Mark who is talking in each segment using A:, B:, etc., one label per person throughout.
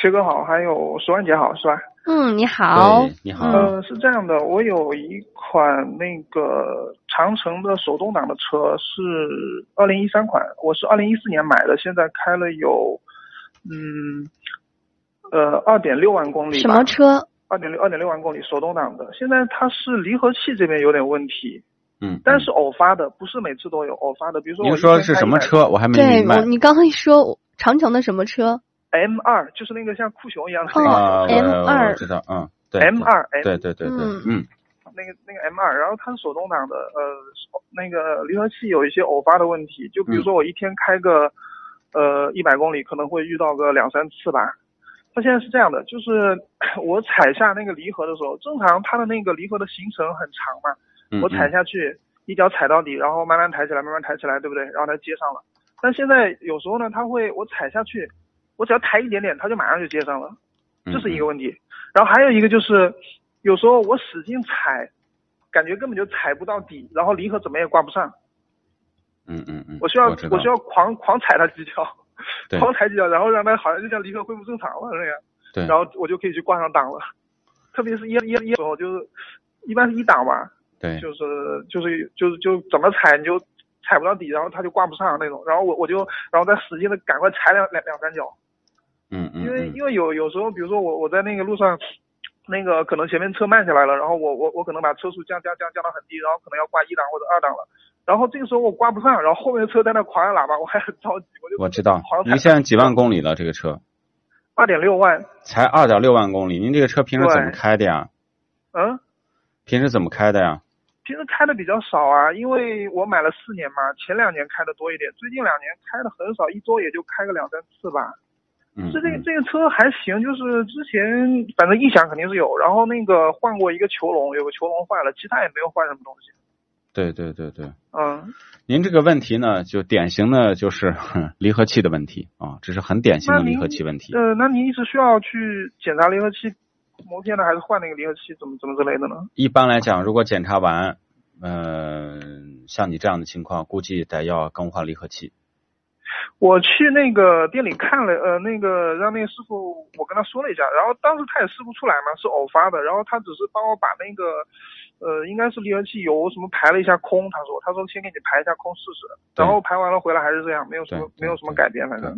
A: 杰哥好，还有十万姐好，是吧？
B: 嗯，你好
C: 对，你好
B: 嗯
A: 呃，是这样的，我有一款那个长城的手动挡的车，是二零一三款，我是二零一四年买的，现在开了有，嗯，呃，二点六万公里
B: 什
A: 吧，
B: 么车？
A: 二点六二点六万公里，手动挡的。现在它是离合器这边有点问题，
C: 嗯，
A: 但是偶发的，不是每次都有偶发的。比如说我一
C: 您说
A: 天
C: 是
A: 开
C: 什么
A: 100
C: 车？我还没
B: 对
C: 嗯明白
B: 我，。你刚刚一说长城的什么车？
A: ？M 二就是那个像酷熊一样的那
B: 哦
A: 个
C: 啊，我
B: M2
C: 我知道，嗯，对
A: M 二 M
C: 对对对对对
B: 嗯，
C: 嗯，
A: 那个那个 M 二，然后它是手动挡的，呃，手那个离合器有一些偶发的问题，就比如说我一天开个、呃一百公里，可能会遇到个两三次吧。它现在是这样的，就是 我踩下那个离合的时候，正常它的那个离合的行程很长嘛，
C: 嗯
A: 我踩
C: 嗯
A: 下去，一脚踩到底，然后慢慢抬起来，慢慢抬起来，对不对？然后它接上了。但现在有时候呢，它会我踩下去，我只要抬一点点，它就马上就接上了。
C: 嗯
A: 这是一个问题。然后还有一个就是，有时候我使劲踩，感觉根本就踩不到底，然后离合怎么也挂不上。
C: 嗯嗯嗯，
A: 我需要
C: 知
A: 我
C: 道
A: 需要狂狂踩它几脚，
C: 对
A: 狂踩几脚，然后让它好像就像离合恢复正常了那样。
C: 对
A: 然后我就可以去挂上档了。特别是一一一时候，就是一般是一档吧，
C: 对
A: 就是就是就是就怎么踩你就踩不到底，然后它就挂不上那种。然后我我就然后再使劲的赶快踩两两两三脚。
C: 嗯嗯
A: 因为
C: 嗯
A: 因为有有时候，比如说我我在那个路上，那个可能前面车慢下来了，然后我我我可能把车速降降降降到很低，然后可能要挂一档或者二档了，然后这个时候我挂不上，然后后面的车在那狂按喇叭，我还很着急，我就
C: 我知道
A: 狂。
C: 您
A: 踩
C: 现在几万公里了？这个车
A: 二点六万，
C: 才二点六万公里，您这个车平时怎么
A: 对
C: 开的呀？
A: 嗯，
C: 平时怎么开的呀？
A: 平时开的比较少啊，因为我买了四年嘛，前两年开的多一点，最近两年开的很少，一周也就开个两三次吧。
C: 嗯，
A: 这这个
C: 嗯
A: 这个车还行，就是之前反正异响肯定是有，然后那个换过一个囚笼，有个囚笼坏了，其他也没有坏什么东西。
C: 对对对对。
A: 嗯，
C: 您这个问题呢，就典型的就是 离合器的问题啊，这是很典型的
A: 那
C: 离
A: 您
C: 合器问题。
A: 呃，那您是需要去检查离合器磨片呢，还是换那个离合器，怎么怎么之类的呢？
C: 一般来讲，如果检查完，呃，像你这样的情况，估计得要更换离合器。
A: 我去那个店里看了，呃，那个让那个师傅，我跟他说了一下，然后当时他也试不出来嘛，是偶发的，然后他只是帮我把那个，呃，应该是离合器油什么排了一下空，他说，他说先给你排一下空试试，
C: 对
A: 然后排完了回来还是这样，没有什么没
C: 对
A: 有什么改变，反正，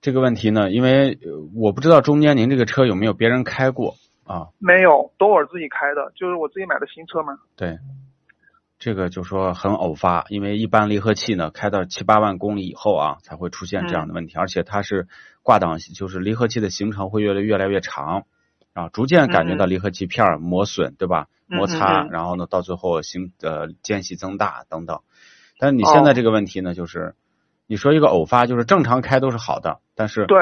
C: 这个问题呢，因为呃我不知道中间您这个车有没有别人开过啊？
A: 没有，都我自己开的，就是我自己买的新车嘛，
C: 对，这个就说很偶发，因为一般离合器呢开到七八万公里以后啊才会出现这样
A: 嗯
C: 的问题，而且它是挂档，就是离合器的行程会越来越来越长啊，逐渐感觉到离合器片儿磨损，对吧？摩擦，
A: 嗯嗯嗯嗯
C: 然后呢到最后形呃间隙增大等等。但是你现在
A: 哦
C: 这个问题呢，就是你说一个偶发，就是正常开都是好的，但是
A: 对，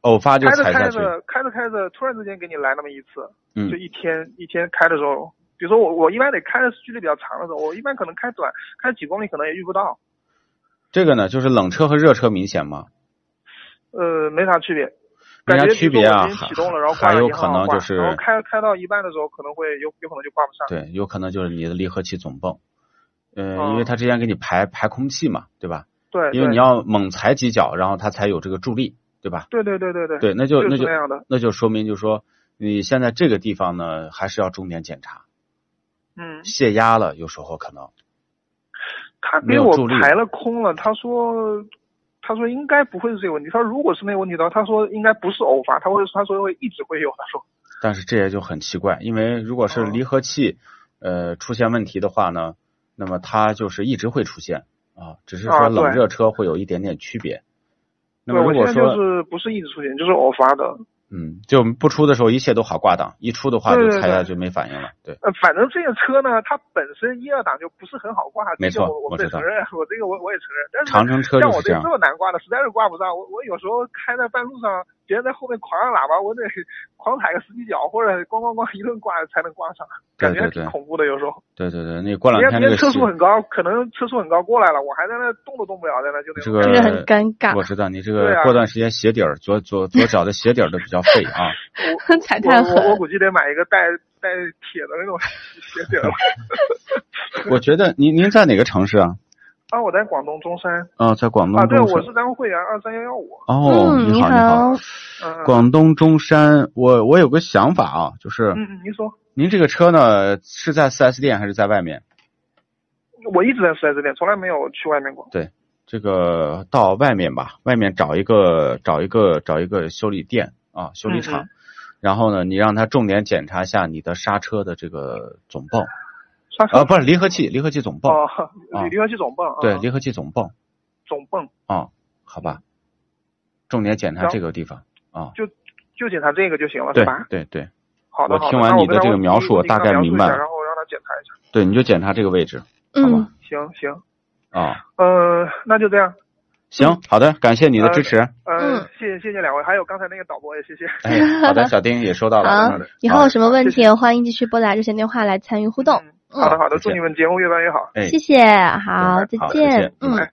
C: 偶发就
A: 开着
C: 踩
A: 开
C: 下去，
A: 着开着开着，突然之间给你来那么一次，
C: 嗯
A: 就一天一天开的时候，比如说我我一般得开的距离比较长的时候，我一般可能开短，开几公里可能也遇不到，
C: 这个呢就是冷车和热车明显吗？
A: 呃，没啥区别。
C: 没
A: 感
C: 啥
A: 觉
C: 区
A: 比如
C: 别
A: 说我
C: 啊
A: 已经
C: 还
A: 启动了，然后
C: 还
A: 挂了
C: 有
A: 一号
C: 可能
A: 挂
C: 就是
A: 然后开开到一半的时候，可能会有有可能就挂不上。
C: 对，有可能就是你的离合器总泵，呃，
A: 哦
C: 因为它之前给你排排空气嘛，对吧？
A: 对，
C: 因为
A: 对
C: 你要猛踩几脚，然后它才有这个助力，对吧？
A: 对对对对对
C: 对，那就
A: 就
C: 那
A: 是
C: 就
A: 那样的。
C: 那就说明就是说你现在这个地方呢，还是要重点检查，
A: 嗯，
C: 泄压了，有时候可能
A: 他
C: 没
A: 给
C: 有
A: 我
C: 助力
A: 排了空了，他说。他说应该不会是这个问题。他说如果是那个问题的话，他说应该不是偶发，他会他说会一直会有。他说
C: 但是这也就很奇怪，因为如果是
A: 哦
C: 离合器、呃出现问题的话呢，那么它就是一直会出现啊，只是
A: 啊
C: 说冷
A: 对
C: 热车会有一点点区别。那
A: 对，
C: 么
A: 我
C: 如
A: 现
C: 果
A: 在
C: 说、
A: 就是不是一直出现，就是偶发的。
C: 嗯，就不出的时候一切都好挂档，一出的话就
A: 对对
C: 踩下
A: 对
C: 去没反应了。对，
A: 呃，反正这个车呢，它本身一二档就不是很好挂，
C: 没
A: 这个
C: 错
A: 我
C: 我
A: 我得
C: 知道
A: 承认，我这个我我也承认。但是呢
C: 长城车
A: 像
C: 就
A: 我
C: 是这
A: 这
C: 样
A: 这。么难挂的，实在是挂不上。我我有时候开在半路上，别人在后面狂按喇叭，我得 狂踩个十几脚，或者咣咣咣一顿挂才能挂上，
C: 对
A: 感觉还
C: 对
A: 挺
C: 对
A: 恐怖的。有时候，
C: 对对对，那过
A: 别
C: 两天
A: 人别
C: 那个
A: 人车
C: 新
A: 速很高，可能车速很高过来了，我还在那动都动不了，在那就那
C: 这
A: 种
C: 个
A: 感
B: 真
A: 觉
B: 的很尴尬
C: 呃我知道你这
A: 对
C: 个
A: 啊
C: 过段时间鞋底儿左左左脚的鞋底儿都比较废啊。
B: 踩太
A: 我我我
B: 狠，
A: 估计得买一个带带铁的那种 鞋底儿了。
C: 我觉得您您在哪个城市啊？
A: 啊，我在广东中山
C: 啊，在广
A: 啊，
C: 东
A: 对，
C: 中
A: 我
C: 山。
A: 是单位会员二三幺幺五。
C: 哦，
B: 嗯
C: 你
B: 你
C: 好，你好。
A: 嗯嗯
C: 广东中山，我我有个想法啊，就是
A: 嗯，嗯，您说，
C: 您这个车呢是在 4S 店还是在外面？
A: 我一直在四 S 店，从来没有去外面过。
C: 这个到外面吧，外面找一个找一个找一个修理店啊，修理厂。
A: 嗯
C: 然后呢，你让他重点检查一下你的刹车的这个总泵，
A: 刹车
C: 啊，不是离合器，离合器总泵，
A: 哦
C: 啊，
A: 离合器总泵，
B: 哦
C: 对，
A: 啊
C: 离合器总泵，
A: 总泵
C: 啊，好吧，重点检查
A: 行
C: 这个地方啊，
A: 就检查这个就行了，
C: 对
A: 吧？
C: 对对
A: 好的，
C: 我
A: 好
C: 听
A: 那
C: 完
A: 我
C: 你
A: 跟
C: 的
A: 他
C: 这个
A: 我
C: 描述我
A: 跟他
C: 大概
A: 描述
C: 明
A: 一
C: 白
A: 下
C: 了
A: 然后让他检查一下。
C: 对，你就检查这个位置，好吧
B: 嗯，
A: 行行，
C: 啊，
A: 呃，那就这样，
C: 行，好的，感谢你的支持，
A: 呃，
B: 嗯
A: 谢谢谢谢两位，还有刚才那个导播也谢谢。
C: 哎，好的，小丁也收到了，
B: 好
C: 好的，
B: 以后有什么问
A: 谢
B: 题，欢迎继续拨打热线电话来参与互动。
A: 嗯好的好的，
C: 再见
A: 祝你们节目越办越好。
C: 哎，
B: 谢谢，好，
C: 好
B: 再
C: 好谢
B: 见
C: 谢，
B: 嗯
C: 嗯。